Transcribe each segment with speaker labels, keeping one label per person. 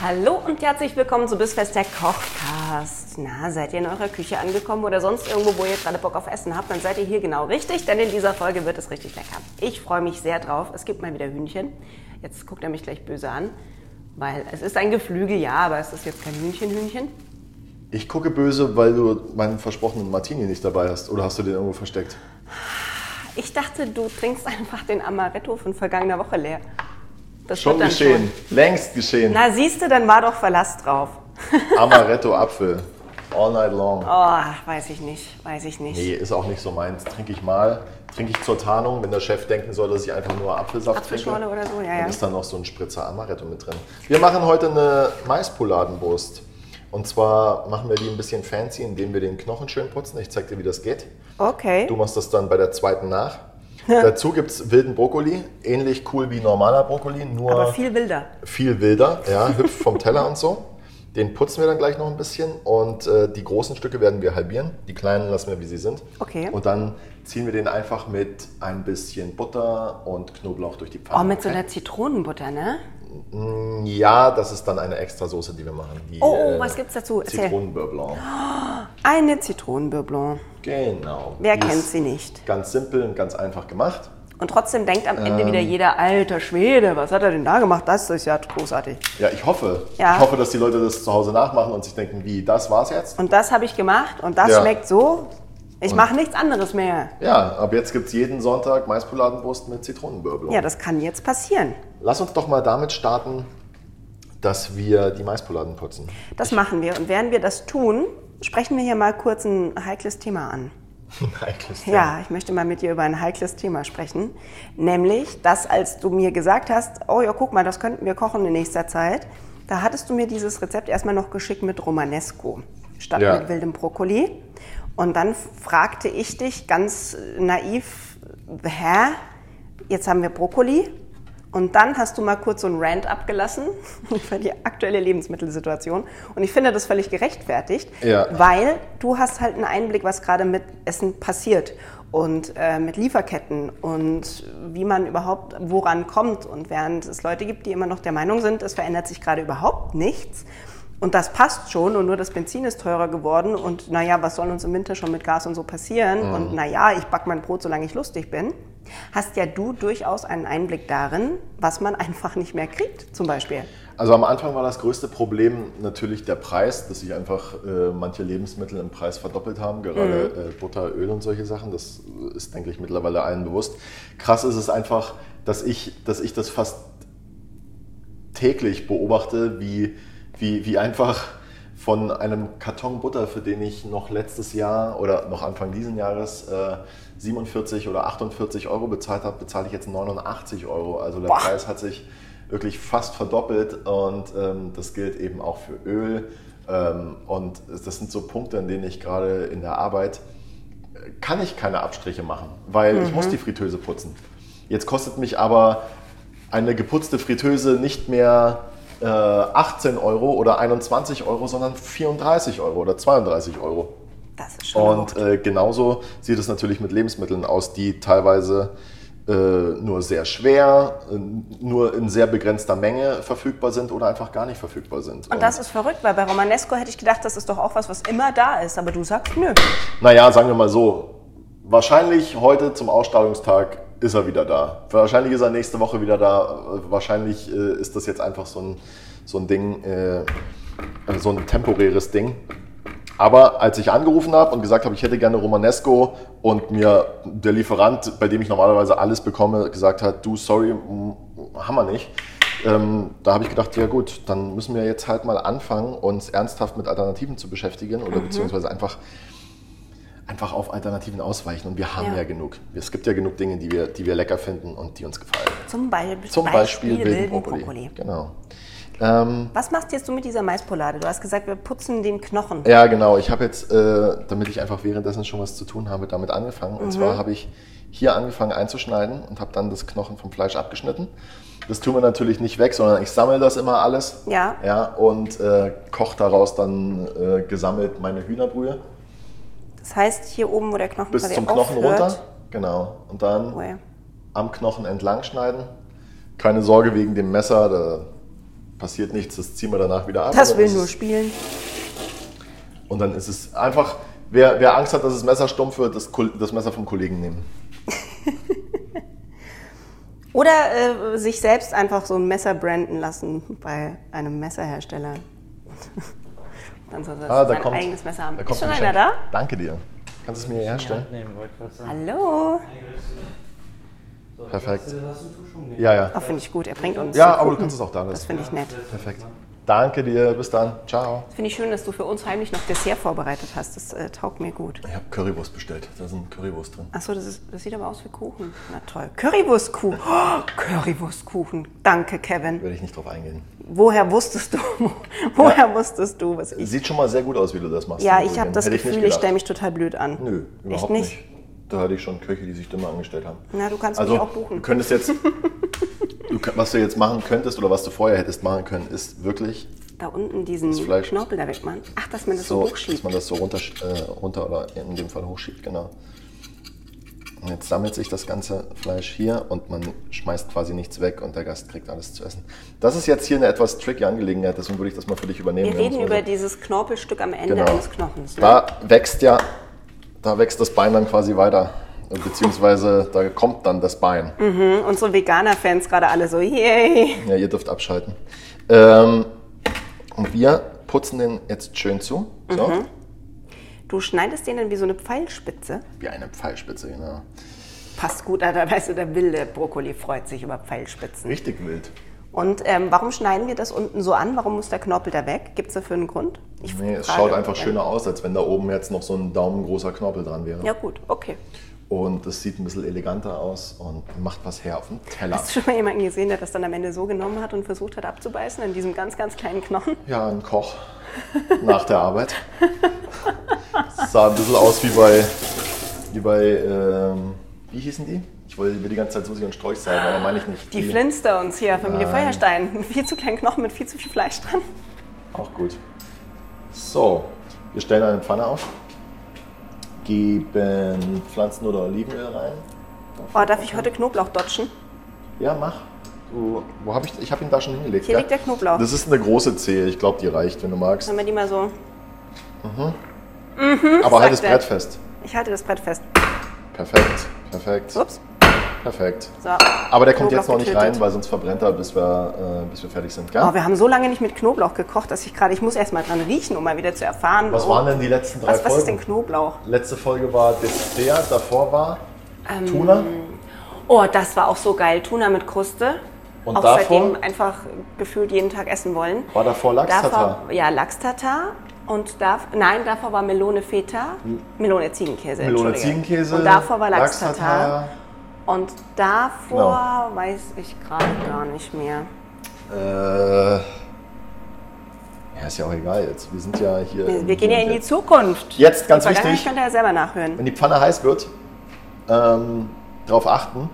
Speaker 1: Hallo und herzlich willkommen zu Bissfest der Kochcast. Na, seid ihr in eurer Küche angekommen oder sonst irgendwo, wo ihr gerade Bock auf Essen habt, dann seid ihr hier genau richtig, denn in dieser Folge wird es richtig lecker. Ich freue mich sehr drauf. Es gibt mal wieder Hühnchen. Jetzt guckt er mich gleich böse an, weil es ist ein Geflügel, ja, aber es ist jetzt kein Hühnchen-Hühnchen.
Speaker 2: Ich gucke böse, weil du meinen versprochenen Martini nicht dabei hast. Oder hast du den irgendwo versteckt?
Speaker 1: Ich dachte, du trinkst einfach den Amaretto von vergangener Woche leer. Das
Speaker 2: Schon
Speaker 1: wird dann
Speaker 2: geschehen. Längst geschehen.
Speaker 1: Na, siehst du, dann war doch Verlass drauf.
Speaker 2: Amaretto Apfel. All night long.
Speaker 1: Oh, weiß ich nicht, weiß ich nicht.
Speaker 2: Nee, ist auch nicht so meins. Trinke ich mal. Trinke ich zur Tarnung, wenn der Chef denken soll, dass ich einfach nur Apfelsaft
Speaker 1: Apfelschorle
Speaker 2: trinke.
Speaker 1: oder so, ja, ja.
Speaker 2: Dann ist da noch so ein Spritzer Amaretto mit drin. Wir machen heute eine Maispoladenbrust. Und zwar machen wir die ein bisschen fancy, indem wir den Knochen schön putzen. Ich zeig dir, wie das geht.
Speaker 1: Okay.
Speaker 2: Du machst das dann bei der zweiten nach. Dazu gibt es wilden Brokkoli, ähnlich cool wie normaler Brokkoli, nur
Speaker 1: aber viel wilder.
Speaker 2: viel wilder, ja, hüpft vom Teller und so. Den putzen wir dann gleich noch ein bisschen und äh, die großen Stücke werden wir halbieren. Die kleinen lassen wir, wie sie sind.
Speaker 1: Okay.
Speaker 2: Und dann ziehen wir den einfach mit ein bisschen Butter und Knoblauch durch die Pfanne.
Speaker 1: Oh, mit so einer Zitronenbutter, ne?
Speaker 2: ja, das ist dann eine extra Soße, die wir machen. Die, äh,
Speaker 1: Oh, oh, was gibt's dazu? Erzähl.
Speaker 2: Zitronenbeurre Blanc.
Speaker 1: Eine Zitronenbeurre Blanc.
Speaker 2: Genau.
Speaker 1: Wer
Speaker 2: Die ist
Speaker 1: kennt sie nicht?
Speaker 2: Ganz simpel und ganz einfach gemacht.
Speaker 1: Und trotzdem denkt am Ende
Speaker 2: Ähm.
Speaker 1: wieder jeder, alter Schwede, was hat er denn da gemacht? Das ist ja großartig.
Speaker 2: Ja, ich hoffe.
Speaker 1: Ja.
Speaker 2: Ich hoffe, dass die Leute das zu Hause nachmachen und sich denken, wie, das war's jetzt?
Speaker 1: Und das habe ich gemacht und das
Speaker 2: Ja.
Speaker 1: schmeckt so. Ich mache nichts anderes mehr.
Speaker 2: Ja, ab jetzt gibt es jeden Sonntag Maispoladenbrust mit Zitronenbürblung.
Speaker 1: Ja, das kann jetzt passieren.
Speaker 2: Lass uns doch mal damit starten, dass wir die Maispoladen putzen.
Speaker 1: Das machen wir. Und während wir das tun, sprechen wir hier mal kurz ein heikles Thema an.
Speaker 2: Nein, Christian.
Speaker 1: Ja, ich möchte mal mit dir über ein heikles Thema sprechen. Nämlich, dass als du mir gesagt hast, oh ja, guck mal, das könnten wir kochen in nächster Zeit, da hattest du mir dieses Rezept erstmal noch geschickt mit Romanesco statt
Speaker 2: Ja.
Speaker 1: mit wildem Brokkoli. Und dann fragte ich dich ganz naiv, hä, jetzt haben wir Brokkoli? Und dann hast du mal kurz so einen Rant abgelassen über die aktuelle Lebensmittelsituation. Und ich finde das völlig gerechtfertigt,
Speaker 2: Ja.
Speaker 1: weil du hast halt einen Einblick, was gerade mit Essen passiert und äh, mit Lieferketten und wie man überhaupt woran kommt. Und während es Leute gibt, die immer noch der Meinung sind, es verändert sich gerade überhaupt nichts und das passt schon und nur das Benzin ist teurer geworden und naja, was soll uns im Winter schon mit Gas und so
Speaker 2: Mhm.
Speaker 1: passieren und naja, ich back mein Brot, solange ich lustig bin, hast ja du durchaus einen Einblick darin, was man einfach nicht mehr kriegt zum Beispiel.
Speaker 2: Also am Anfang war das größte Problem natürlich der Preis, dass sich einfach äh, manche Lebensmittel im Preis verdoppelt haben, gerade
Speaker 1: Mhm.
Speaker 2: äh, Butter, Öl und solche Sachen. Das ist, denke ich, mittlerweile allen bewusst. Krass ist es einfach, dass ich, dass ich das fast täglich beobachte, wie, wie, wie einfach von einem Karton Butter, für den ich noch letztes Jahr oder noch Anfang diesen Jahres äh, 47 oder 48 Euro bezahlt habe, bezahle ich jetzt 89 Euro. Also der Preis hat sich wirklich fast verdoppelt und ähm, das gilt eben auch für Öl. Ähm, und das sind so Punkte, an denen ich gerade in der Arbeit kann ich keine Abstriche machen, weil ich
Speaker 1: Mhm.
Speaker 2: muss die Fritteuse putzen. Jetzt kostet mich aber eine geputzte Fritteuse nicht mehr äh, 18 Euro oder 21 Euro, sondern 34 Euro oder 32 Euro.
Speaker 1: Das ist schon
Speaker 2: Und äh, genauso sieht es natürlich mit Lebensmitteln aus, die teilweise äh, nur sehr schwer, äh, nur in sehr begrenzter Menge verfügbar sind oder einfach gar nicht verfügbar sind.
Speaker 1: Und das ist verrückt, weil bei Romanesco hätte ich gedacht, das ist doch auch was, was immer da ist. Aber du sagst, nö.
Speaker 2: Naja, sagen wir mal so. Wahrscheinlich heute zum Ausstrahlungstag ist er wieder da. Wahrscheinlich ist er nächste Woche wieder da. Wahrscheinlich äh, ist das jetzt einfach so ein, so ein Ding, äh, also so ein temporäres Ding. Aber als ich angerufen habe und gesagt habe, ich hätte gerne Romanesco und mir der Lieferant, bei dem ich normalerweise alles bekomme, gesagt hat, du, sorry, m, haben wir nicht. Ähm, da habe ich gedacht, ja gut, dann müssen wir jetzt halt mal anfangen, uns ernsthaft mit Alternativen zu beschäftigen oder beziehungsweise einfach einfach auf Alternativen ausweichen. Und wir haben
Speaker 1: Ja.
Speaker 2: ja, genug. Es gibt ja genug Dinge, die wir, die wir lecker finden und die uns gefallen.
Speaker 1: Zum Beispiel,
Speaker 2: Zum Beispiel, wilden, Brokkoli.
Speaker 1: Brokkoli.
Speaker 2: Genau. Ähm,
Speaker 1: Was machst jetzt du mit dieser Maispolade? Du hast gesagt, wir putzen den Knochen.
Speaker 2: ja, genau. Ich habe jetzt, äh, damit ich einfach währenddessen schon was zu tun habe, damit angefangen. Und zwar
Speaker 1: Mhm.
Speaker 2: habe ich hier angefangen einzuschneiden und habe dann das Knochen vom Fleisch abgeschnitten. Das tun wir natürlich nicht weg, sondern ich sammle das immer alles.
Speaker 1: Ja.
Speaker 2: Ja, und äh, koche daraus dann äh, gesammelt meine Hühnerbrühe.
Speaker 1: Das heißt, hier oben, wo der Knochen
Speaker 2: Bis
Speaker 1: quasi
Speaker 2: zum Knochen
Speaker 1: aufhört,
Speaker 2: runter. Genau. Und dann
Speaker 1: Oh ja.
Speaker 2: am Knochen entlang schneiden. Keine Sorge wegen dem Messer, da passiert nichts, das ziehen wir danach wieder ab.
Speaker 1: Das
Speaker 2: Und
Speaker 1: will
Speaker 2: dann
Speaker 1: nur
Speaker 2: ist es-
Speaker 1: spielen.
Speaker 2: Und dann ist es einfach, wer, wer Angst hat, dass das Messer stumpf wird, das, Kol- das Messer vom Kollegen nehmen.
Speaker 1: Oder äh, sich selbst einfach so ein Messer branden lassen bei einem Messerhersteller. Dann soll das sein eigenes Messer haben.
Speaker 2: Ah, da kommt
Speaker 1: Ist schon
Speaker 2: ein
Speaker 1: einer da?
Speaker 2: Geschenk. Danke dir. Kannst du es mir herstellen?
Speaker 3: Nehmen wollte ich gerade sagen.
Speaker 1: Hallo.
Speaker 3: So, ich
Speaker 2: Perfekt.
Speaker 3: glaub, das hast du schon gemacht.
Speaker 2: Ja, ja.
Speaker 1: Oh, finde ich gut. Er bringt uns. zum
Speaker 2: Ja, aber du
Speaker 1: Kuchen.
Speaker 2: kannst es auch da
Speaker 1: Das
Speaker 2: lassen.
Speaker 1: finde ich nett.
Speaker 2: Perfekt. Danke dir, bis dann. Ciao.
Speaker 1: Finde ich schön, dass du für uns heimlich noch Dessert vorbereitet hast. Das äh, taugt mir gut.
Speaker 2: Ich habe Currywurst bestellt, da sind Currywurst drin.
Speaker 1: Achso, das, ist- das sieht aber aus wie Kuchen. Na toll. Currywurstkuchen. Oh, Currywurstkuchen. Danke, Kevin.
Speaker 2: Werde ich nicht drauf eingehen.
Speaker 1: Woher wusstest du? Woher wusstest du, was ich.
Speaker 2: Sieht schon mal sehr gut aus, wie du das machst.
Speaker 1: Ja,
Speaker 2: im
Speaker 1: ich habe
Speaker 2: Übrigen.
Speaker 1: das
Speaker 2: Hätte
Speaker 1: Gefühl,
Speaker 2: nicht
Speaker 1: ich,
Speaker 2: gedacht.
Speaker 1: stelle mich total blöd an.
Speaker 2: Nö, überhaupt
Speaker 1: Echt
Speaker 2: nicht.
Speaker 1: nicht?
Speaker 2: Da hatte ich schon Köche, die sich dümmer angestellt haben. Also,
Speaker 1: Na, du kannst mich auch buchen.
Speaker 2: Du könntest jetzt, du, kö- was du jetzt machen könntest oder was du vorher hättest machen können, ist wirklich
Speaker 1: Da unten diesen
Speaker 2: Das Fleisch-
Speaker 1: Knorpel da wegmachen. Ach, dass man das so,
Speaker 2: so, dass
Speaker 1: hochschiebt.
Speaker 2: man das so runter, äh, runter oder in dem Fall hochschiebt, genau. Und jetzt sammelt sich das ganze Fleisch hier und man schmeißt quasi nichts weg und der Gast kriegt alles zu essen. Das ist jetzt hier eine etwas tricky Angelegenheit, deswegen würde ich das mal für dich übernehmen.
Speaker 1: Wir
Speaker 2: wenn
Speaker 1: reden
Speaker 2: es mal
Speaker 1: über
Speaker 2: so-
Speaker 1: dieses Knorpelstück am Ende eines Knochens. ne?
Speaker 2: Genau. Da wächst ja, da wächst das Bein dann quasi weiter. Beziehungsweise da kommt dann das Bein.
Speaker 1: Mhm, Unsere Veganer-Fans gerade alle so, yay.
Speaker 2: Ja, ihr dürft abschalten. Ähm, und wir putzen den jetzt schön zu. So.
Speaker 1: Mhm. Du schneidest den dann wie so eine Pfeilspitze.
Speaker 2: Wie eine Pfeilspitze, genau.
Speaker 1: Passt gut, da da weißt du, der wilde Brokkoli freut sich über Pfeilspitzen.
Speaker 2: Richtig wild.
Speaker 1: Und ähm, warum schneiden wir das unten so an? Warum muss der Knorpel da weg? Gibt es dafür einen Grund? Ich
Speaker 2: Nee, es
Speaker 1: frage
Speaker 2: schaut einfach
Speaker 1: irgendwann.
Speaker 2: schöner aus, als wenn da oben jetzt noch so ein daumengroßer Knorpel dran wäre.
Speaker 1: Ja gut, okay.
Speaker 2: Und es sieht ein bisschen eleganter aus und macht was her auf dem Teller.
Speaker 1: Hast du schon mal jemanden gesehen, der das dann am Ende so genommen hat und versucht hat abzubeißen in diesem ganz, ganz kleinen Knochen?
Speaker 2: Ja, ein Koch nach der Arbeit. Das sah ein bisschen aus wie bei, wie bei, ähm, wie hießen die? Ich wollte will die ganze Zeit Susi und Strolch sagen, aber meine ich nicht.
Speaker 1: Die Flintstones hier, Familie Feuerstein. Ein Viel zu kleinen Knochen mit viel zu viel Fleisch dran.
Speaker 2: Auch gut. So, wir stellen eine Pfanne auf, geben Pflanzen- oder Olivenöl rein.
Speaker 1: Oh, darf ich heute Knoblauch dotschen?
Speaker 2: Ja, mach. Du, wo habe ich, ich habe ihn da schon hingelegt.
Speaker 1: Hier
Speaker 2: ja?
Speaker 1: liegt der Knoblauch.
Speaker 2: Das ist eine große Zehe, ich glaube, die reicht, wenn du magst.
Speaker 1: Sollen wir die mal so...
Speaker 2: Aber halt das
Speaker 1: sagt er.
Speaker 2: Brett fest.
Speaker 1: Ich halte das Brett fest.
Speaker 2: Perfekt, perfekt,
Speaker 1: Ups.
Speaker 2: perfekt.
Speaker 1: So.
Speaker 2: Aber der kommt jetzt noch
Speaker 1: Knoblauch
Speaker 2: nicht
Speaker 1: getötet.
Speaker 2: rein, weil sonst verbrennt er, bis wir, äh, bis wir fertig sind. Gell?
Speaker 1: Oh, wir haben so lange nicht mit Knoblauch gekocht, dass ich gerade... Ich muss erst mal dran riechen, um mal wieder zu erfahren...
Speaker 2: was
Speaker 1: oh,
Speaker 2: waren denn die letzten drei
Speaker 1: was,
Speaker 2: Folgen?
Speaker 1: was ist denn Knoblauch?
Speaker 2: Letzte Folge war Dessert, davor war
Speaker 1: Ähm,
Speaker 2: Tuna.
Speaker 1: Oh, das war auch so geil. Tuna mit Kruste.
Speaker 2: Und
Speaker 1: auch
Speaker 2: davor?
Speaker 1: seitdem einfach gefühlt jeden Tag essen wollen.
Speaker 2: War davor Lachs-Tatar?
Speaker 1: Davor, ja, Lachs-Tatar. Und da, nein, davor war Melone Feta. Melone Ziegenkäse.
Speaker 2: Hm. Melone
Speaker 1: Entschuldige.
Speaker 2: Ziegenkäse.
Speaker 1: Und davor war Lachs-Tatar.
Speaker 2: Lachs-Tatar,
Speaker 1: Und davor
Speaker 2: Genau.
Speaker 1: weiß ich gerade gar nicht mehr.
Speaker 2: Äh, ja, ist ja auch egal jetzt. Wir sind ja hier.
Speaker 1: Wir,
Speaker 2: im
Speaker 1: wir gehen ja
Speaker 2: Hier
Speaker 1: in
Speaker 2: und
Speaker 1: die
Speaker 2: Jetzt.
Speaker 1: Zukunft.
Speaker 2: Jetzt ganz
Speaker 1: die Vergangenheit
Speaker 2: wichtig.
Speaker 1: könnt ihr ja selber nachhören.
Speaker 2: Wenn die Pfanne heiß wird, ähm, darauf achten,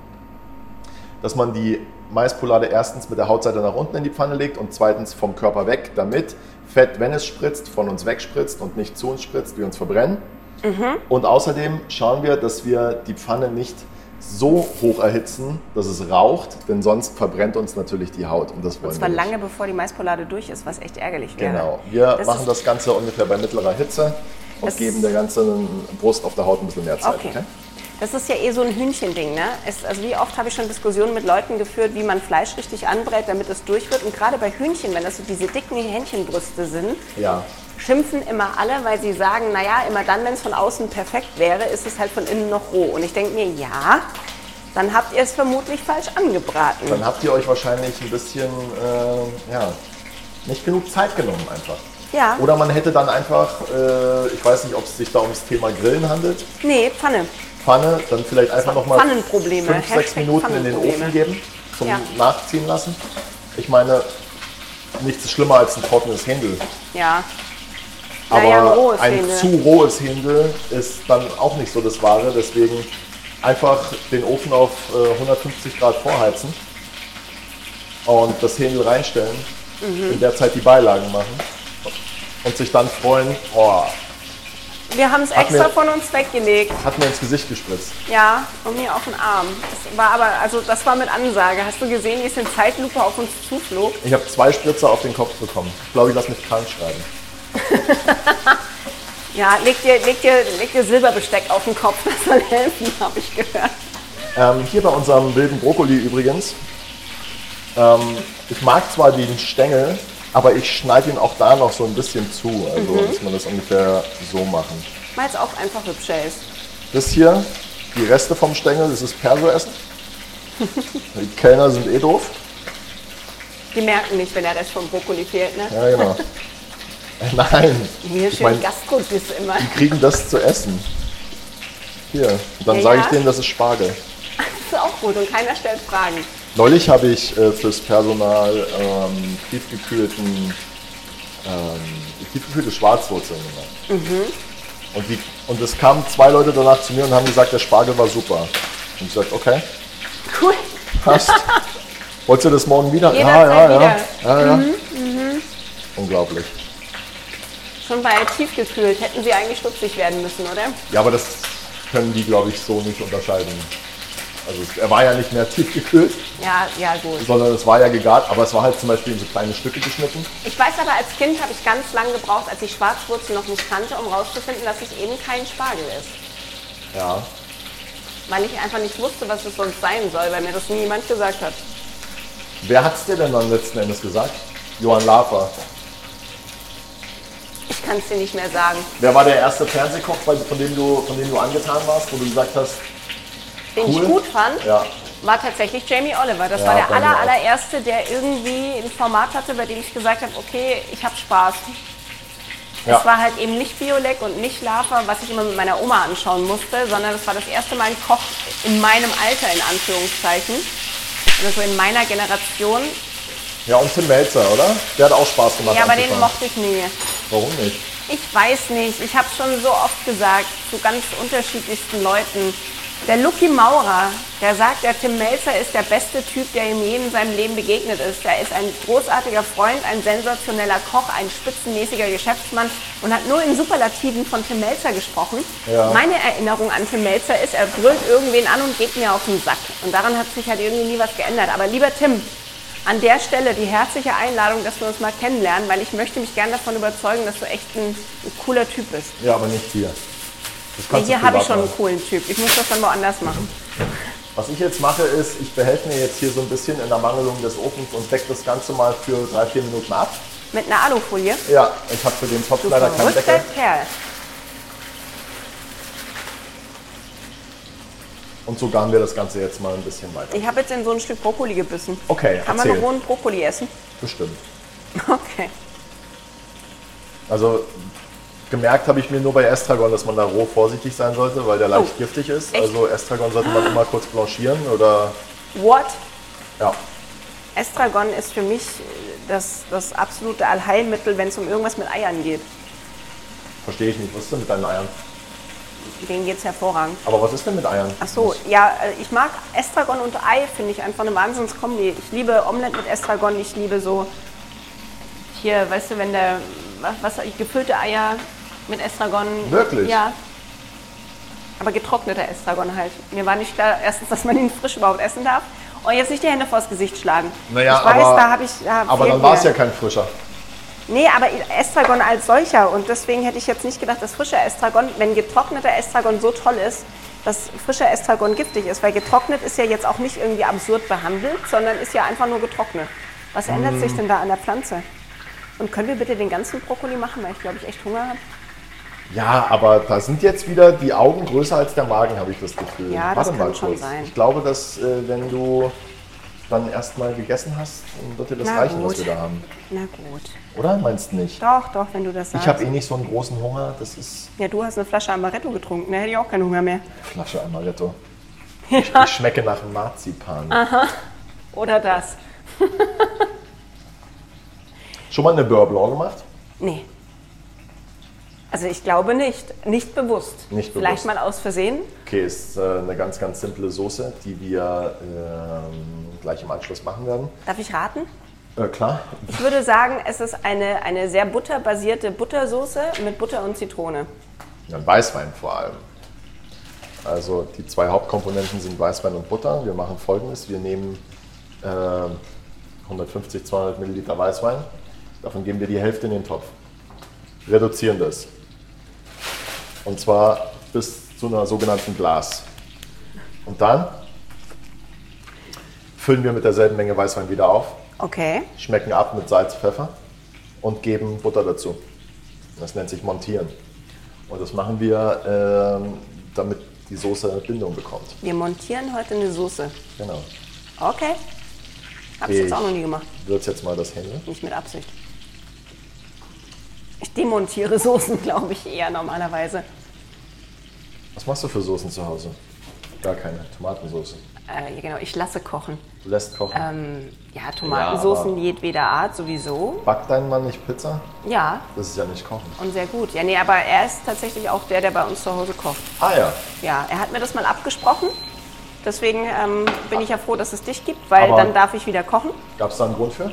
Speaker 2: dass man die Maispolade erstens mit der Hautseite nach unten in die Pfanne legt und zweitens vom Körper weg, damit Fett, wenn es spritzt, von uns wegspritzt und nicht zu uns spritzt, wir uns verbrennen.
Speaker 1: Mhm.
Speaker 2: Und außerdem schauen wir, dass wir die Pfanne nicht so hoch erhitzen, dass es raucht, denn sonst verbrennt uns natürlich die Haut und das wollen
Speaker 1: Und zwar
Speaker 2: wir nicht.
Speaker 1: lange bevor die Maispolade durch ist, was echt ärgerlich wäre.
Speaker 2: Genau. Wir
Speaker 1: Das
Speaker 2: machen
Speaker 1: ist-
Speaker 2: das Ganze ungefähr bei mittlerer Hitze und
Speaker 1: Das-
Speaker 2: geben der ganzen Brust auf der Haut ein bisschen mehr Zeit. ne?
Speaker 1: Okay. Das ist ja eh so ein Hühnchending, ne? Es, also wie oft habe ich schon Diskussionen mit Leuten geführt, wie man Fleisch richtig anbrät, damit es durch wird. Und gerade bei Hühnchen, wenn das so diese dicken Hähnchenbrüste sind,
Speaker 2: Ja.
Speaker 1: schimpfen immer alle, weil sie sagen, naja, immer dann, wenn es von außen perfekt wäre, ist es halt von innen noch roh. Und ich denke mir, ja, dann habt ihr es vermutlich falsch angebraten.
Speaker 2: Dann habt ihr euch wahrscheinlich ein bisschen, äh, ja, nicht genug Zeit genommen einfach.
Speaker 1: Ja.
Speaker 2: Oder man hätte dann einfach, äh, ich weiß nicht, ob es sich da ums Thema Grillen handelt,
Speaker 1: Nee, Pfanne.
Speaker 2: Pfanne, dann vielleicht einfach nochmal
Speaker 1: Pfannenprobleme,
Speaker 2: fünf, sechs
Speaker 1: Hashtag
Speaker 2: Minuten in den
Speaker 1: Pfannenprobleme.
Speaker 2: Ofen geben, zum
Speaker 1: Ja.
Speaker 2: Nachziehen lassen. Ich meine, nichts ist schlimmer als ein trockenes Händel.
Speaker 1: Ja.
Speaker 2: Aber
Speaker 1: Naja, ein rohes
Speaker 2: ein
Speaker 1: Händel.
Speaker 2: zu rohes Händel ist dann auch nicht so das Wahre. Deswegen einfach den Ofen auf äh, 150 Grad vorheizen und das Händel reinstellen. In der Zeit die Beilagen machen und sich dann freuen, oh,
Speaker 1: Wir haben es
Speaker 2: Hat
Speaker 1: extra
Speaker 2: mir-
Speaker 1: von uns weggelegt.
Speaker 2: hat mir ins Gesicht gespritzt.
Speaker 1: Ja, und mir auf den Arm. Das war aber, also das war mit Ansage. Hast du gesehen, wie es in Zeitlupe auf uns zuflog?
Speaker 2: Ich habe zwei Spritzer auf den Kopf bekommen. Ich glaube, ich lasse mich krank schreiben.
Speaker 1: Ja, leg dir, leg dir, leg dir Silberbesteck auf den Kopf, das soll helfen, habe ich gehört.
Speaker 2: Ähm, hier bei unserem wilden Brokkoli übrigens. Ähm, ich mag zwar den Stängel, aber ich schneide ihn auch da noch so ein bisschen zu. Also
Speaker 1: Mhm.
Speaker 2: muss man das ungefähr so machen.
Speaker 1: Weil es auch einfach hübscher ist.
Speaker 2: Das hier, die Reste vom Stängel, das ist Perso-Essen. Die Kellner sind eh doof.
Speaker 1: Die merken nicht, wenn der Rest vom Brokkoli fehlt, ne?
Speaker 2: Ja, genau. Äh, Nein.
Speaker 1: Hier
Speaker 2: ich
Speaker 1: schön
Speaker 2: mein,
Speaker 1: mein, Gastrodiss immer.
Speaker 2: die kriegen das zu essen. Hier. Und dann
Speaker 1: Ja,
Speaker 2: sage
Speaker 1: ja.
Speaker 2: ich denen, das ist Spargel.
Speaker 1: Das ist auch gut und keiner stellt Fragen.
Speaker 2: Neulich habe ich äh, fürs Personal ähm, tiefgekühlten, ähm, tiefgekühlte Schwarzwurzeln gemacht.
Speaker 1: Mhm.
Speaker 2: Und, die, und es kamen zwei Leute danach zu mir und haben gesagt, der Spargel war super. Und ich sagte, okay,
Speaker 1: Cool.
Speaker 2: passt. Wollt ihr das morgen wieder? Ah,
Speaker 1: Jederzeit
Speaker 2: ja, ja,
Speaker 1: wieder. Mhm,
Speaker 2: ja. ja, ja. Unglaublich.
Speaker 1: Schon bei tiefgekühlt hätten sie eigentlich stutzig werden müssen, oder?
Speaker 2: Ja, aber das können die, glaube ich, so nicht unterscheiden. Also es- er war ja nicht mehr tiefgekühlt,
Speaker 1: Ja, ja, gut.
Speaker 2: sondern es war ja gegart, aber es war halt zum Beispiel in so kleine Stücke geschnitten.
Speaker 1: Ich weiß aber, als Kind habe ich ganz lange gebraucht, als ich Schwarzwurzel noch nicht kannte, um rauszufinden, dass es eben kein Spargel ist.
Speaker 2: Ja.
Speaker 1: Weil ich einfach nicht wusste, was es sonst sein soll, weil mir das nie jemand gesagt hat.
Speaker 2: Wer hat's dir denn dann letzten Endes gesagt? Johann Lafer.
Speaker 1: Ich kann es dir nicht mehr sagen.
Speaker 2: Wer war der erste Fernsehkoch, bei- von dem du, von dem du angetan warst, wo du gesagt hast,
Speaker 1: Den
Speaker 2: Cool.
Speaker 1: ich gut fand,
Speaker 2: ja,
Speaker 1: war tatsächlich Jamie Oliver. Das
Speaker 2: Ja,
Speaker 1: war der
Speaker 2: bei mir
Speaker 1: aller,
Speaker 2: auch.
Speaker 1: allererste, der irgendwie ein Format hatte, bei dem ich gesagt habe, okay, ich habe Spaß.
Speaker 2: ja,
Speaker 1: Es war halt eben nicht Biolek und nicht Lava, was ich immer mit meiner Oma anschauen musste, sondern es war das erste Mal ein Koch in meinem Alter, in Anführungszeichen. Oder so in meiner Generation.
Speaker 2: ja, und Tim Melzer, oder? Der hat auch Spaß gemacht.
Speaker 1: Ja, aber den
Speaker 2: anzufangen.
Speaker 1: mochte ich nie.
Speaker 2: Warum nicht?
Speaker 1: Ich weiß nicht, ich habe schon so oft gesagt, zu ganz unterschiedlichsten Leuten. Der Lucky Maurer, der sagt, der Tim Melzer ist der beste Typ, der ihm je in seinem Leben begegnet ist. Er ist ein großartiger Freund, ein sensationeller Koch, ein spitzenmäßiger Geschäftsmann und hat nur in Superlativen von Tim Melzer gesprochen.
Speaker 2: Ja.
Speaker 1: Meine Erinnerung an Tim Melzer ist, er brüllt irgendwen an und geht mir auf den Sack. Und daran hat sich halt irgendwie nie was geändert. Aber lieber Tim, an der Stelle die herzliche Einladung, dass wir uns mal kennenlernen, weil ich möchte mich gerne davon überzeugen, dass du echt ein, ein cooler Typ bist.
Speaker 2: Ja, aber nicht hier. Das
Speaker 1: Nee,
Speaker 2: kannst
Speaker 1: hier
Speaker 2: du
Speaker 1: habe ich
Speaker 2: privat
Speaker 1: schon
Speaker 2: machen.
Speaker 1: einen coolen Typ. Ich muss das dann woanders machen.
Speaker 2: Was ich jetzt mache, ist, ich behelfe mir jetzt hier so ein bisschen in der Mangelung des Ofens und decke das Ganze mal für drei, vier Minuten ab.
Speaker 1: Mit einer Alufolie.
Speaker 2: Ja, ich habe für den Topf
Speaker 1: Du
Speaker 2: leider keinen
Speaker 1: verrückter
Speaker 2: Deckel.
Speaker 1: Kerl.
Speaker 2: Und so garen wir das Ganze jetzt mal ein bisschen weiter.
Speaker 1: Ich habe jetzt in so ein Stück Brokkoli gebissen.
Speaker 2: Okay,
Speaker 1: Kann man
Speaker 2: erzähl.
Speaker 1: noch rohen Brokkoli essen?
Speaker 2: Bestimmt.
Speaker 1: Okay.
Speaker 2: Also gemerkt habe ich mir nur bei Estragon, dass man da roh vorsichtig sein sollte, weil der leicht
Speaker 1: Oh,
Speaker 2: giftig ist.
Speaker 1: echt? Ah.
Speaker 2: Also Estragon sollte man immer kurz blanchieren oder
Speaker 1: What?
Speaker 2: ja.
Speaker 1: Estragon ist für mich äh, das, das absolute Allheilmittel, wenn es um irgendwas mit Eiern geht.
Speaker 2: Verstehe ich nicht. Was ist denn mit deinen Eiern?
Speaker 1: Denen geht es hervorragend.
Speaker 2: Aber was ist denn mit Eiern?
Speaker 1: Ach so, ja, äh, ich mag Estragon und Ei, finde ich einfach eine Wahnsinnskombi. Ich liebe Omelette mit Estragon, ich liebe so, hier, weißt du, wenn der, wa- was, gefüllte Eier mit Estragon.
Speaker 2: Wirklich?
Speaker 1: Ja. Aber getrockneter Estragon halt. Mir war nicht klar, erstens, dass man ihn frisch überhaupt essen darf. Und jetzt nicht die Hände vors Gesicht schlagen.
Speaker 2: Naja,
Speaker 1: ich weiß,
Speaker 2: aber-
Speaker 1: da habe ich. Da
Speaker 2: Aber
Speaker 1: fehlt
Speaker 2: dann war es
Speaker 1: mir-
Speaker 2: ja kein frischer.
Speaker 1: Nee, aber Estragon als solcher. Und deswegen hätte ich jetzt nicht gedacht, dass frischer Estragon, wenn getrockneter Estragon so toll ist, dass frischer Estragon giftig ist. Weil getrocknet ist ja jetzt auch nicht irgendwie absurd behandelt, sondern ist ja einfach nur getrocknet. Was ändert
Speaker 2: Mm.
Speaker 1: sich denn da an der Pflanze? Und können wir bitte den ganzen Brokkoli machen, weil ich glaube, ich echt Hunger habe?
Speaker 2: Ja, aber da sind jetzt wieder die Augen größer als der Magen, habe ich das Gefühl.
Speaker 1: Ja, das kann schon sein.
Speaker 2: Ich glaube, dass äh, wenn du dann erstmal gegessen hast, dann wird dir das
Speaker 1: Na
Speaker 2: reichen, was
Speaker 1: gut.
Speaker 2: wir da haben.
Speaker 1: Na gut.
Speaker 2: Oder? Meinst du nicht?
Speaker 1: Doch, doch, wenn du das sagst.
Speaker 2: Ich habe eh nicht so einen großen Hunger. Das ist
Speaker 1: ja, du hast eine Flasche Amaretto getrunken, da hätte ich auch keinen Hunger mehr.
Speaker 2: Flasche Amaretto. Ich schmecke nach Marzipan.
Speaker 1: Oder das.
Speaker 2: Schon mal eine Beurre Blanc gemacht?
Speaker 1: Nee. Also ich glaube nicht. Nicht bewusst.
Speaker 2: Nicht bewusst.
Speaker 1: Vielleicht mal aus Versehen.
Speaker 2: Okay, ist äh, eine ganz, ganz simple Soße, die wir ähm, gleich im Anschluss machen werden.
Speaker 1: Darf ich raten?
Speaker 2: Äh, klar,
Speaker 1: Ich würde sagen, es ist eine, eine sehr butterbasierte Buttersoße mit Butter und Zitrone.
Speaker 2: Ja, Weißwein vor allem. Also die zwei Hauptkomponenten sind Weißwein und Butter. Wir machen folgendes. Wir nehmen äh, 150, 200 Milliliter Weißwein. Davon geben wir die Hälfte in den Topf. Reduzieren das. Und zwar bis zu einer sogenannten Glas. Und dann füllen wir mit derselben Menge Weißwein wieder auf,
Speaker 1: Okay.
Speaker 2: schmecken ab mit Salz, Pfeffer und geben Butter dazu. Das nennt sich Montieren. Und das machen wir, ähm, damit die Soße eine Bindung bekommt.
Speaker 1: Wir montieren heute eine Soße.
Speaker 2: Genau.
Speaker 1: Okay. Hab ich
Speaker 2: Ich-
Speaker 1: jetzt auch noch nie gemacht.
Speaker 2: Würz jetzt mal das Händel.
Speaker 1: Nicht mit Absicht. Ich demontiere Soßen, glaube ich, eher normalerweise.
Speaker 2: Was machst du für Soßen zu Hause? Gar keine. Tomatensoße.
Speaker 1: Äh, ja, genau, ich lasse kochen.
Speaker 2: Du lässt kochen.
Speaker 1: Ähm, ja, Tomatensoßen
Speaker 2: aber-
Speaker 1: jedweder Art sowieso.
Speaker 2: Backt dein Mann nicht Pizza?
Speaker 1: Ja,
Speaker 2: Das ist ja nicht kochen.
Speaker 1: und sehr gut. Ja, nee, aber er ist tatsächlich auch der, der bei uns zu Hause kocht.
Speaker 2: Ah ja.
Speaker 1: Ja, er hat mir das mal abgesprochen. Deswegen ähm, bin ich ja froh, dass es dich gibt, weil
Speaker 2: Aber-
Speaker 1: dann darf ich wieder kochen.
Speaker 2: Gab es da einen Grund für?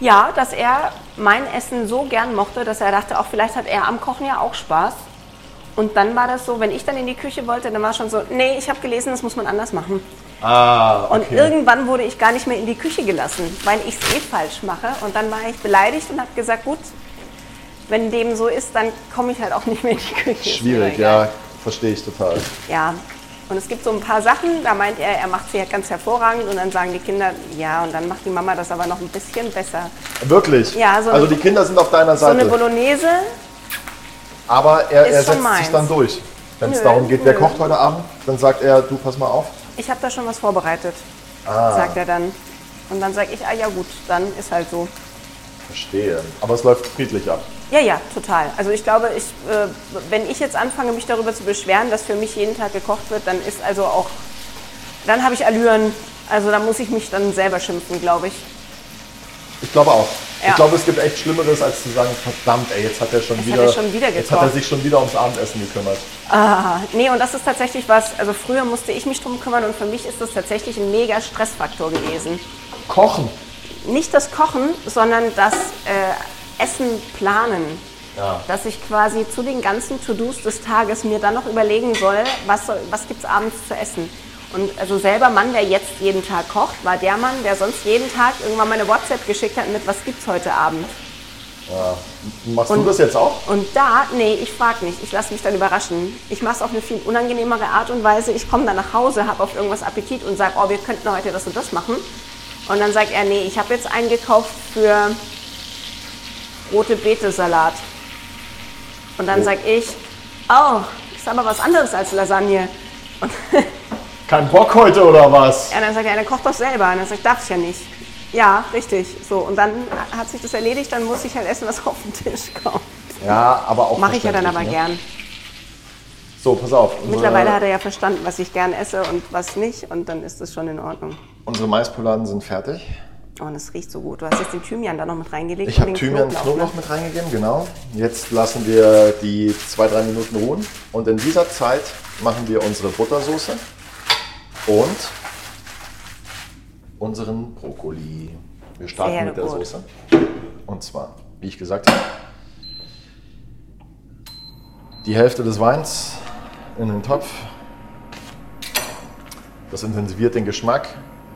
Speaker 1: Ja, dass er mein Essen so gern mochte, dass er dachte, auch vielleicht hat er am Kochen ja auch Spaß. Und dann war das so, wenn ich dann in die Küche wollte, dann war schon so, nee, ich habe gelesen, das muss man anders machen.
Speaker 2: Ah,
Speaker 1: Und irgendwann wurde ich gar nicht mehr in die Küche gelassen, weil ich es eh falsch mache. Und dann war ich beleidigt und habe gesagt, gut, wenn dem so ist, dann komme ich halt auch nicht mehr in die Küche. Ist mir
Speaker 2: Schwierig,
Speaker 1: egal.
Speaker 2: ja. Verstehe ich total.
Speaker 1: Ja, und es gibt so ein paar Sachen, da meint er, er macht sie ja ganz hervorragend und dann sagen die Kinder, ja, und dann macht die Mama das aber noch ein bisschen besser.
Speaker 2: Wirklich?
Speaker 1: Ja, so eine-
Speaker 2: also die Kinder sind auf deiner
Speaker 1: So eine
Speaker 2: Seite.
Speaker 1: Bolognese,
Speaker 2: aber er,
Speaker 1: ist
Speaker 2: er
Speaker 1: schon
Speaker 2: setzt
Speaker 1: meins.
Speaker 2: sich dann durch. Wenn es
Speaker 1: Nö,
Speaker 2: darum geht, wer
Speaker 1: nö.
Speaker 2: kocht heute Abend, dann sagt er, du pass mal auf.
Speaker 1: ich habe da schon was vorbereitet, sagt er dann. Und dann sage ich, ah ja gut, dann ist halt so.
Speaker 2: Verstehe. Aber es läuft friedlich ab.
Speaker 1: Ja, ja, total. Also ich glaube, ich, äh, wenn ich jetzt anfange, mich darüber zu beschweren, dass für mich jeden Tag gekocht wird, dann ist also auch, dann habe ich Allüren. Also da muss ich mich dann selber schimpfen, glaube ich.
Speaker 2: Ich glaube auch.
Speaker 1: Ja.
Speaker 2: Ich glaube, es gibt echt Schlimmeres, als zu sagen, verdammt, ey, jetzt hat er schon
Speaker 1: Jetzt hat
Speaker 2: wieder.
Speaker 1: er schon wieder
Speaker 2: jetzt hat er
Speaker 1: gekocht.
Speaker 2: sich schon wieder ums Abendessen gekümmert.
Speaker 1: Nee, und das ist tatsächlich was, also früher musste ich mich drum kümmern und für mich ist das tatsächlich ein mega Stressfaktor gewesen.
Speaker 2: Kochen.
Speaker 1: Nicht das Kochen, sondern das äh, Essen planen.
Speaker 2: Ja.
Speaker 1: Dass ich quasi zu den ganzen To-Dos des Tages mir dann noch überlegen soll, was, soll- was gibt es abends zu essen. Und also selber Mann, der jetzt jeden Tag kocht, war der Mann, der sonst jeden Tag irgendwann meine WhatsApp geschickt hat mit, was gibt's heute Abend.
Speaker 2: Machst du
Speaker 1: Und-
Speaker 2: das jetzt auch?
Speaker 1: Und da, nee, ich frag nicht. Ich lasse mich dann überraschen. Ich mache es auf eine viel unangenehmere Art und Weise. Ich komme dann nach Hause, habe auf irgendwas Appetit und sage, oh, wir könnten heute das und das machen. Und dann sagt er, nee, ich habe jetzt eingekauft für rote Beete-Salat. Und dann sag ich, oh, ist aber was anderes als Lasagne. Und
Speaker 2: Kein Bock heute oder was?
Speaker 1: ja, dann sagt er, dann koch doch selber. Und dann sagt, darf ich ja nicht. Ja, richtig. So, und dann hat sich das erledigt, dann muss ich halt essen, was auf den Tisch kommt.
Speaker 2: Ja, aber auch.
Speaker 1: Mache ich ja dann aber
Speaker 2: verständlich, ne?
Speaker 1: gern.
Speaker 2: So, pass auf. Unsere,
Speaker 1: Mittlerweile hat er ja verstanden, was ich gern esse und was nicht und dann ist das schon in Ordnung.
Speaker 2: Unsere Maispoladen sind fertig.
Speaker 1: Oh, und es riecht so gut. Du hast jetzt den Thymian da noch mit reingelegt.
Speaker 2: Ich
Speaker 1: und
Speaker 2: habe
Speaker 1: den ne?
Speaker 2: Thymian und Knoblauch mit reingegeben, genau. Jetzt lassen wir die zwei, drei Minuten ruhen. Und in dieser Zeit machen wir unsere Buttersoße und unseren Brokkoli. Wir starten
Speaker 1: Sehr
Speaker 2: mit der
Speaker 1: gut.
Speaker 2: Soße. Und zwar, wie ich gesagt habe, die Hälfte des Weins in den Topf. Das intensiviert den Geschmack.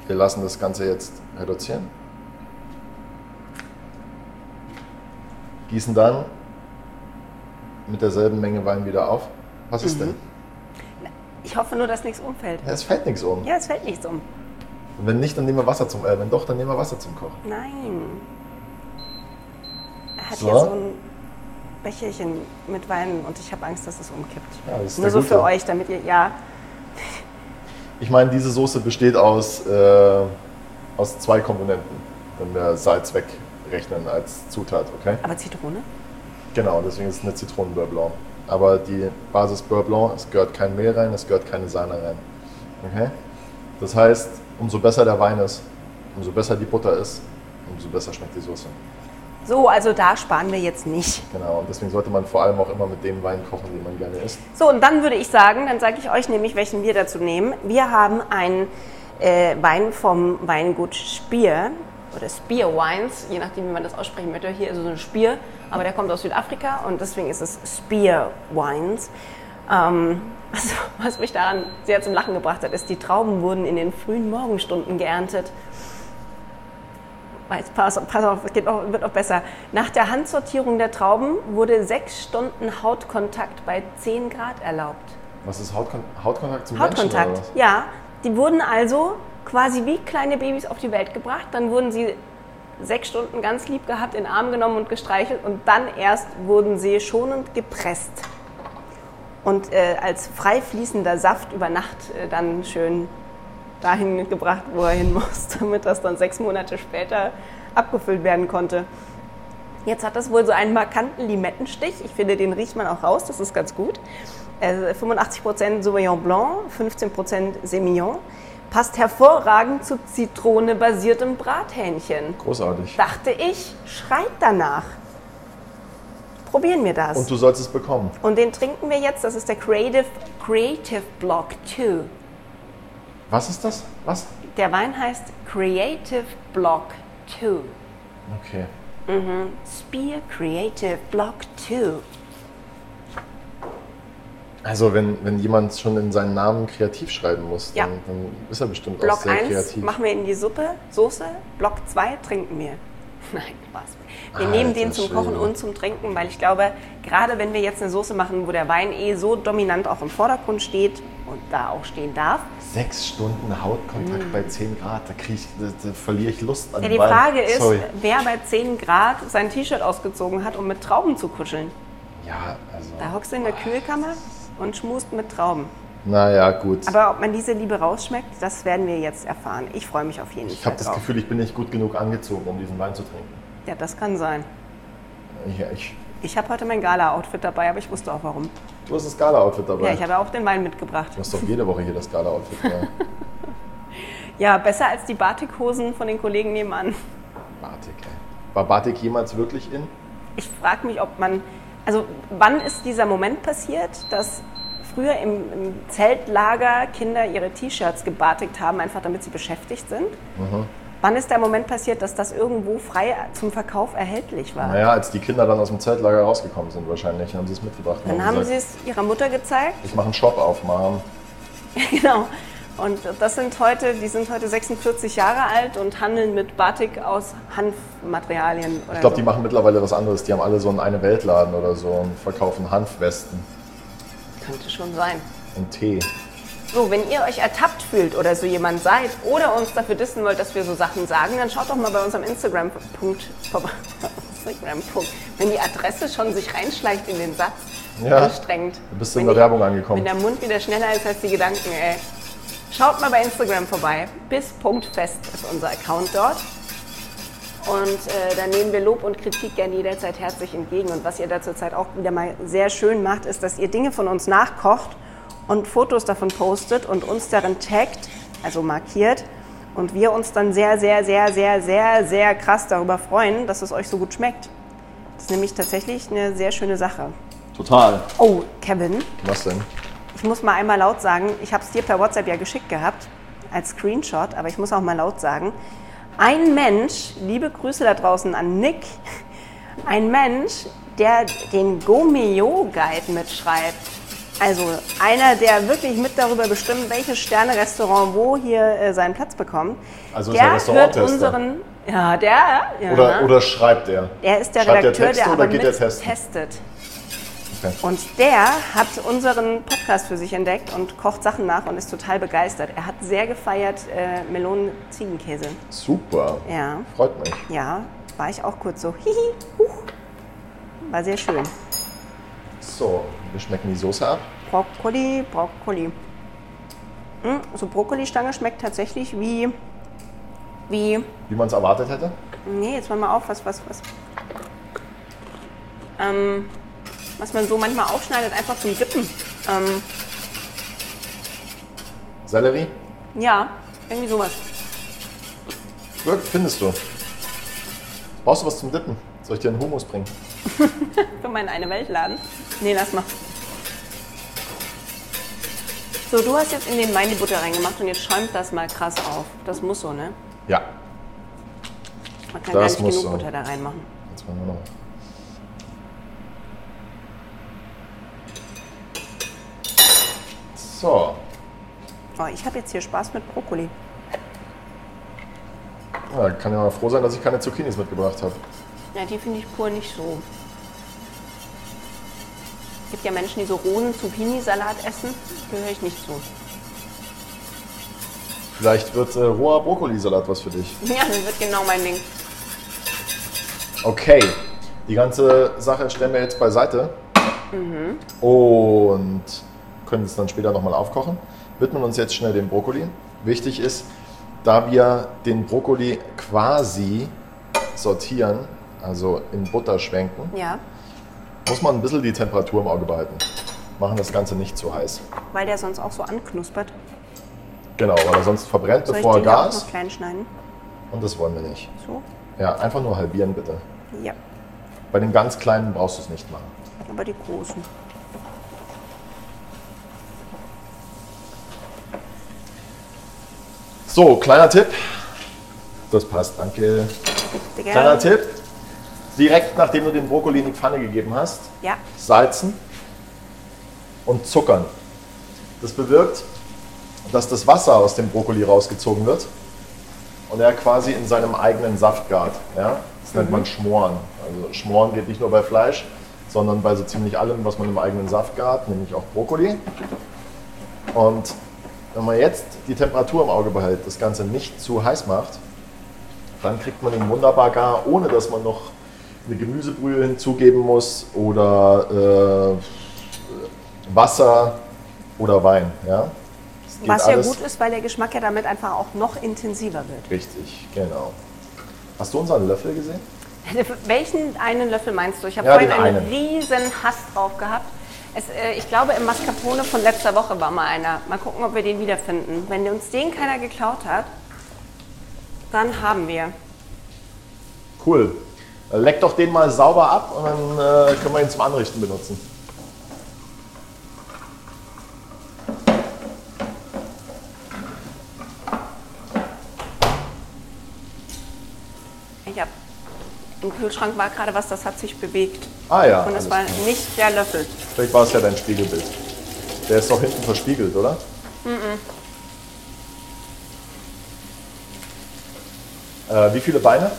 Speaker 2: Wir lassen das Ganze jetzt reduzieren. gießen dann mit derselben Menge Wein wieder auf. Was ist denn?
Speaker 1: Ich hoffe nur, dass nichts umfällt.
Speaker 2: Ja, es fällt nichts um.
Speaker 1: Ja, es fällt nichts um.
Speaker 2: Und wenn nicht, dann nehmen wir Wasser zum äh, wenn doch, dann nehmen wir Wasser zum Kochen.
Speaker 1: Nein. Er hat
Speaker 2: So.
Speaker 1: hier so ein Becherchen mit Wein und ich habe Angst, dass es umkippt.
Speaker 2: Ja, das ist
Speaker 1: nur
Speaker 2: der
Speaker 1: so
Speaker 2: Gute.
Speaker 1: für euch, damit ihr, ja,
Speaker 2: Ich meine, diese Soße besteht aus, äh, aus zwei Komponenten, wenn wir Salz wegrechnen als Zutat, okay?
Speaker 1: aber Zitrone?
Speaker 2: Genau, deswegen ist es eine Zitronen Beurre Blanc. Aber die Basis Beurre Blanc, es gehört kein Mehl rein, es gehört keine Sahne rein. Okay? Das heißt, umso besser der Wein ist, umso besser die Butter ist, umso besser schmeckt die Soße.
Speaker 1: So, also da sparen wir jetzt nicht.
Speaker 2: Genau, und deswegen sollte man vor allem auch immer mit dem Wein kochen, den man gerne isst.
Speaker 1: So, und dann würde ich sagen, dann sage ich euch nämlich, welchen wir dazu nehmen. Wir haben einen äh, Wein vom Weingut Spier oder Spear Wines, je nachdem, wie man das aussprechen möchte. Hier ist so ein Spier, aber der kommt aus Südafrika und deswegen ist es Spear Wines. Ähm, was, was mich daran sehr zum Lachen gebracht hat, ist, die Trauben wurden in den frühen Morgenstunden geerntet. Jetzt pass, auf, pass auf, es geht auch, wird auch besser. Nach der Handsortierung der Trauben wurde sechs Stunden Hautkontakt bei 10 Grad erlaubt.
Speaker 2: Was ist Hautkon Hautkontakt zum Menschen?
Speaker 1: Hautkontakt,
Speaker 2: oder was?
Speaker 1: ja. Die wurden also quasi wie kleine Babys auf die Welt gebracht. Dann wurden sie sechs Stunden ganz lieb gehabt, in den Arm genommen und gestreichelt. Und dann erst wurden sie schonend gepresst. Und äh, als frei fließender Saft über Nacht äh, dann schön dahin gebracht, wo er hin muss, damit das dann sechs Monate später abgefüllt werden konnte. Jetzt hat das wohl so einen markanten Limettenstich. Ich finde, den riecht man auch raus, das ist ganz gut. Äh, 85% Sauvignon Blanc, 15% Semillon. Passt hervorragend zu Zitrone-basiertem Brathähnchen.
Speaker 2: Großartig.
Speaker 1: Dachte ich, schreit danach. Probieren wir das.
Speaker 2: Und du sollst es bekommen.
Speaker 1: Und den trinken wir jetzt. Das ist der Creative, Creative Block 2.
Speaker 2: Was ist das? Was?
Speaker 1: Der Wein heißt Creative Block 2.
Speaker 2: Okay.
Speaker 1: Spear Creative Block 2.
Speaker 2: Also wenn, wenn jemand schon in seinen Namen kreativ schreiben muss,
Speaker 1: Ja.
Speaker 2: dann, dann ist er bestimmt auch
Speaker 1: Block
Speaker 2: sehr
Speaker 1: 1
Speaker 2: kreativ.
Speaker 1: machen wir in die Suppe, Soße. Block 2 trinken wir. Nein, Spaß. Wir
Speaker 2: Alter
Speaker 1: nehmen den zum
Speaker 2: Schwede.
Speaker 1: Kochen und zum Trinken, weil ich glaube, gerade wenn wir jetzt eine Soße machen, wo der Wein eh so dominant auch im Vordergrund steht und da auch stehen darf.
Speaker 2: Sechs Stunden Hautkontakt bei 10 Grad, da, krieg ich, da, da verliere ich Lust an
Speaker 1: Mm. Ja, die
Speaker 2: Wein.
Speaker 1: Frage ist,
Speaker 2: Sorry.
Speaker 1: wer bei 10 Grad sein T-Shirt ausgezogen hat, um mit Trauben zu kuscheln.
Speaker 2: Ja, also.
Speaker 1: Da hockst du in der Kühlkammer und schmust mit Trauben.
Speaker 2: Naja, gut.
Speaker 1: Aber ob man diese Liebe rausschmeckt, das werden wir jetzt erfahren. Ich freue mich Halt auf jeden
Speaker 2: ich
Speaker 1: Fall
Speaker 2: habe das
Speaker 1: drauf.
Speaker 2: Gefühl, ich bin nicht gut genug angezogen, um diesen Wein zu trinken.
Speaker 1: ja, das kann sein.
Speaker 2: Ja, ich,
Speaker 1: Ich habe heute mein Gala-Outfit dabei, aber ich wusste auch warum.
Speaker 2: du hast das Gala-Outfit dabei.
Speaker 1: Ja, ich habe auch den Wein mitgebracht.
Speaker 2: du hast doch jede Woche hier das Gala-Outfit ne? dabei.
Speaker 1: Ja, besser als die Batikhosen von den Kollegen nebenan.
Speaker 2: Batik, ey. War Batik jemals wirklich in?
Speaker 1: Ich frage mich, ob man. Also, wann ist dieser Moment passiert, dass früher im, im Zeltlager Kinder ihre T-Shirts gebartigt haben, einfach damit sie beschäftigt sind?
Speaker 2: Mhm.
Speaker 1: Wann ist der Moment passiert, dass das irgendwo frei zum Verkauf erhältlich war?
Speaker 2: Naja, als die Kinder dann aus dem Zeltlager rausgekommen sind wahrscheinlich, haben sie es mitgebracht. und
Speaker 1: Dann haben sie
Speaker 2: gesagt,
Speaker 1: es ihrer Mutter gezeigt.
Speaker 2: Ich mache einen Shop auf, Mom.
Speaker 1: Genau. Und das sind heute, die sind heute 46 Jahre alt und handeln mit Batik aus Hanfmaterialien. Oder
Speaker 2: Ich glaube,
Speaker 1: so.
Speaker 2: die machen mittlerweile was anderes. Die haben alle so einen eine Weltladen oder so und verkaufen Hanfwesten
Speaker 1: Könnte schon sein.
Speaker 2: und Tee.
Speaker 1: So, wenn ihr euch ertappt fühlt oder so jemand seid oder uns dafür dissen wollt, dass wir so Sachen sagen, dann schaut doch mal bei unserem Instagram-Punkt vorbei. Instagram-Punkt. Wenn die Adresse schon sich reinschleicht in den Satz,
Speaker 2: Ja.
Speaker 1: anstrengend.
Speaker 2: Du bist in
Speaker 1: Wenn
Speaker 2: der
Speaker 1: die-
Speaker 2: Werbung
Speaker 1: Wenn
Speaker 2: angekommen.
Speaker 1: der Mund wieder schneller ist als die Gedanken, ey. Schaut mal bei Instagram vorbei. Bis Punktfest ist unser Account dort. Und äh, da nehmen wir Lob und Kritik gerne jederzeit herzlich entgegen. Und was ihr da zurzeit auch wieder mal sehr schön macht, ist, dass ihr Dinge von uns nachkocht und Fotos davon postet und uns darin taggt, also markiert. Und wir uns dann sehr, sehr, sehr, sehr, sehr, sehr krass darüber freuen, dass es euch so gut schmeckt. Das ist nämlich tatsächlich eine sehr schöne Sache.
Speaker 2: Total.
Speaker 1: Oh, Kevin,
Speaker 2: Was denn?
Speaker 1: ich muss mal einmal laut sagen, ich habe es dir per WhatsApp ja geschickt gehabt, als Screenshot, aber ich muss auch mal laut sagen, ein Mensch, liebe Grüße da draußen an Nick, ein Mensch, der den Gomeo-Guide mitschreibt. Also einer, der wirklich mit darüber bestimmt, welches Sterne-Restaurant wo hier äh, seinen Platz bekommt.
Speaker 2: Also ist er
Speaker 1: der hört
Speaker 2: Restauranttester.
Speaker 1: unseren, ja, der, ja,
Speaker 2: Oder, oder schreibt er?
Speaker 1: er ist der
Speaker 2: schreibt
Speaker 1: Redakteur,
Speaker 2: der Texte
Speaker 1: der
Speaker 2: oder
Speaker 1: aber
Speaker 2: geht
Speaker 1: mit
Speaker 2: er testen?
Speaker 1: testet.
Speaker 2: Okay.
Speaker 1: Und der hat unseren Podcast für sich entdeckt und kocht Sachen nach und ist total begeistert. Er hat sehr gefeiert äh, Melonen-Ziegenkäse.
Speaker 2: Super.
Speaker 1: Ja,
Speaker 2: Freut mich.
Speaker 1: ja, war ich auch kurz so. Hihi, huch. War sehr schön.
Speaker 2: So, wir schmecken die Soße ab.
Speaker 1: Brokkoli, Brokkoli. Hm, so Brokkolistange schmeckt tatsächlich wie, wie,
Speaker 2: Wie man es erwartet hätte.
Speaker 1: nee, jetzt mal mal auf, was, was, was. Ähm, was man so manchmal aufschneidet, einfach zum Dippen. Ähm,
Speaker 2: Sellerie?
Speaker 1: ja, irgendwie sowas.
Speaker 2: Wirk- Findest du? Brauchst du was zum Dippen? Soll ich dir einen Hummus bringen?
Speaker 1: Für meinen eine Welt laden. Nee, lass mal. So, du hast jetzt in den Wein die Butter reingemacht und jetzt schäumt das mal krass auf. Das muss so, ne?
Speaker 2: Ja.
Speaker 1: Man kann
Speaker 2: Das
Speaker 1: gar nicht
Speaker 2: muss
Speaker 1: genug
Speaker 2: so.
Speaker 1: Butter da reinmachen.
Speaker 2: Jetzt machen wir noch. So.
Speaker 1: Oh, ich habe jetzt hier Spaß mit Brokkoli.
Speaker 2: Ja, kann ja mal froh sein, dass ich keine Zucchinis mitgebracht habe.
Speaker 1: Ja, die finde ich pur nicht so. Es gibt ja Menschen, die so rohen Zucchini-Salat essen. Gehöre ich nicht zu.
Speaker 2: Vielleicht wird äh, roher Brokkolisalat was für dich.
Speaker 1: Ja, das wird genau mein Ding.
Speaker 2: Okay, die ganze Sache stellen wir jetzt beiseite und können es dann später nochmal aufkochen. Widmen uns jetzt schnell dem Brokkoli. Wichtig ist, da wir den Brokkoli quasi sortieren, also in Butter schwenken,
Speaker 1: Ja,
Speaker 2: muss man ein bisschen die Temperatur im Auge behalten. Machen das Ganze nicht zu heiß.
Speaker 1: weil der sonst auch so anknuspert.
Speaker 2: Genau, weil er sonst verbrennt,
Speaker 1: Soll ich
Speaker 2: bevor er
Speaker 1: den ja auch
Speaker 2: Gas.
Speaker 1: noch klein schneiden?
Speaker 2: Und das wollen wir nicht.
Speaker 1: So?
Speaker 2: Ja, einfach nur halbieren bitte.
Speaker 1: Ja.
Speaker 2: Bei den ganz kleinen brauchst du es nicht machen.
Speaker 1: Aber die großen.
Speaker 2: So, kleiner Tipp. Das passt, danke.
Speaker 1: Sehr gerne.
Speaker 2: Kleiner Tipp. Direkt nachdem du den Brokkoli in die Pfanne gegeben hast,
Speaker 1: Ja.
Speaker 2: salzen und zuckern. Das bewirkt, dass das Wasser aus dem Brokkoli rausgezogen wird und er quasi in seinem eigenen Saft gart. Ja? Das nennt man Schmoren. Also Schmoren geht nicht nur bei Fleisch, sondern bei so ziemlich allem, was man im eigenen Saft gart, nämlich auch Brokkoli. Und wenn man jetzt die Temperatur im Auge behält, das Ganze nicht zu heiß macht, dann kriegt man ihn wunderbar gar, ohne dass man noch eine Gemüsebrühe hinzugeben muss oder äh, Wasser oder Wein. Ja? Das geht
Speaker 1: Was ja
Speaker 2: alles-
Speaker 1: gut ist, weil der Geschmack ja damit einfach auch noch intensiver wird.
Speaker 2: Richtig, genau. Hast du unseren Löffel gesehen?
Speaker 1: Welchen einen Löffel meinst du? Ich habe
Speaker 2: Ja,
Speaker 1: vorhin
Speaker 2: den
Speaker 1: einen,
Speaker 2: einen.
Speaker 1: riesen Hass drauf gehabt. Es, äh, ich glaube, im Mascarpone von letzter Woche war mal einer. Mal gucken, ob wir den wiederfinden. Wenn uns den keiner geklaut hat, dann haben wir.
Speaker 2: Cool. Äh, Leck doch den mal sauber ab und dann äh, können wir ihn zum Anrichten benutzen.
Speaker 1: Ich hab, Im Kühlschrank war gerade was, das hat sich bewegt.
Speaker 2: Ah ja,
Speaker 1: Und es
Speaker 2: alles
Speaker 1: war
Speaker 2: klar.
Speaker 1: nicht der Löffel.
Speaker 2: Vielleicht war es ja dein Spiegelbild. Der ist doch hinten verspiegelt, oder? Äh, wie viele Beine?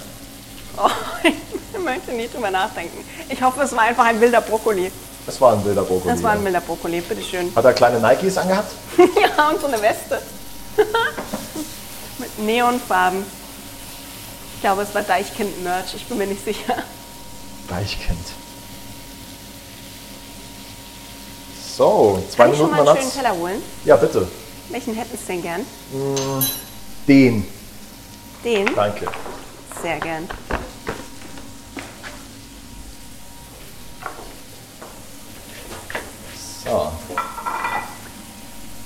Speaker 1: Oh, ich möchte nicht drüber nachdenken. Ich hoffe, es war einfach ein wilder Brokkoli.
Speaker 2: Das war ein wilder Brokkoli.
Speaker 1: Das war ein wilder Brokkoli, bitteschön.
Speaker 2: Hat er kleine Nikes angehabt?
Speaker 1: ja, und so eine Weste. Mit Neonfarben. Ich glaube, es war Deichkind-Merch, ich bin mir nicht sicher.
Speaker 2: Deichkind. So, zwei
Speaker 1: Kann ich schon
Speaker 2: Minuten
Speaker 1: mal einen schönen
Speaker 2: Manatz.
Speaker 1: Teller holen?
Speaker 2: Ja, bitte.
Speaker 1: Welchen hätten Sie denn gern?
Speaker 2: Den.
Speaker 1: Den?
Speaker 2: Danke.
Speaker 1: Sehr gern.
Speaker 2: So.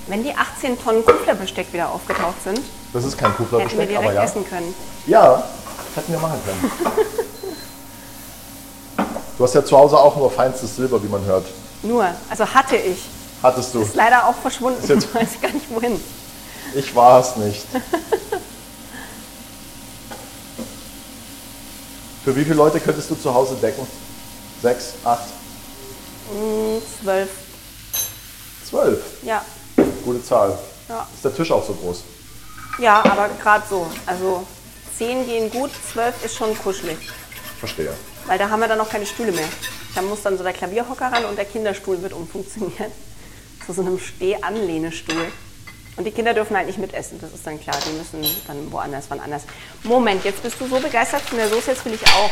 Speaker 1: Wenn die 18 Tonnen Kuflerbesteck wieder aufgetaucht sind,
Speaker 2: Das ist kein
Speaker 1: hätten wir
Speaker 2: Kuflerbesteck, aber
Speaker 1: direkt
Speaker 2: ja.
Speaker 1: essen können.
Speaker 2: Ja, hätten wir machen können. du hast ja zu Hause auch nur feinstes Silber, wie man hört.
Speaker 1: Nur, also hatte ich.
Speaker 2: Hattest du.
Speaker 1: Ist leider auch verschwunden.
Speaker 2: Ist jetzt-
Speaker 1: Ich weiß gar nicht wohin.
Speaker 2: Ich war es nicht. Für wie viele Leute könntest du zu Hause decken? Sechs, acht,
Speaker 1: Zwölf.
Speaker 2: zwölf.
Speaker 1: Ja.
Speaker 2: Gute Zahl.
Speaker 1: Ja.
Speaker 2: Ist der Tisch auch so groß?
Speaker 1: Ja, aber gerade so. Also zehn gehen gut, zwölf ist schon kuschelig.
Speaker 2: Verstehe.
Speaker 1: Weil da haben wir dann noch keine Stühle mehr. Da muss dann so der Klavierhocker ran und der Kinderstuhl wird umfunktioniert. Zu so einem Stehanlehnestuhl. Und die Kinder dürfen halt nicht mitessen, das ist dann klar. Die müssen dann woanders, wann anders. Moment, jetzt bist du so begeistert von der Soße, jetzt will ich auch.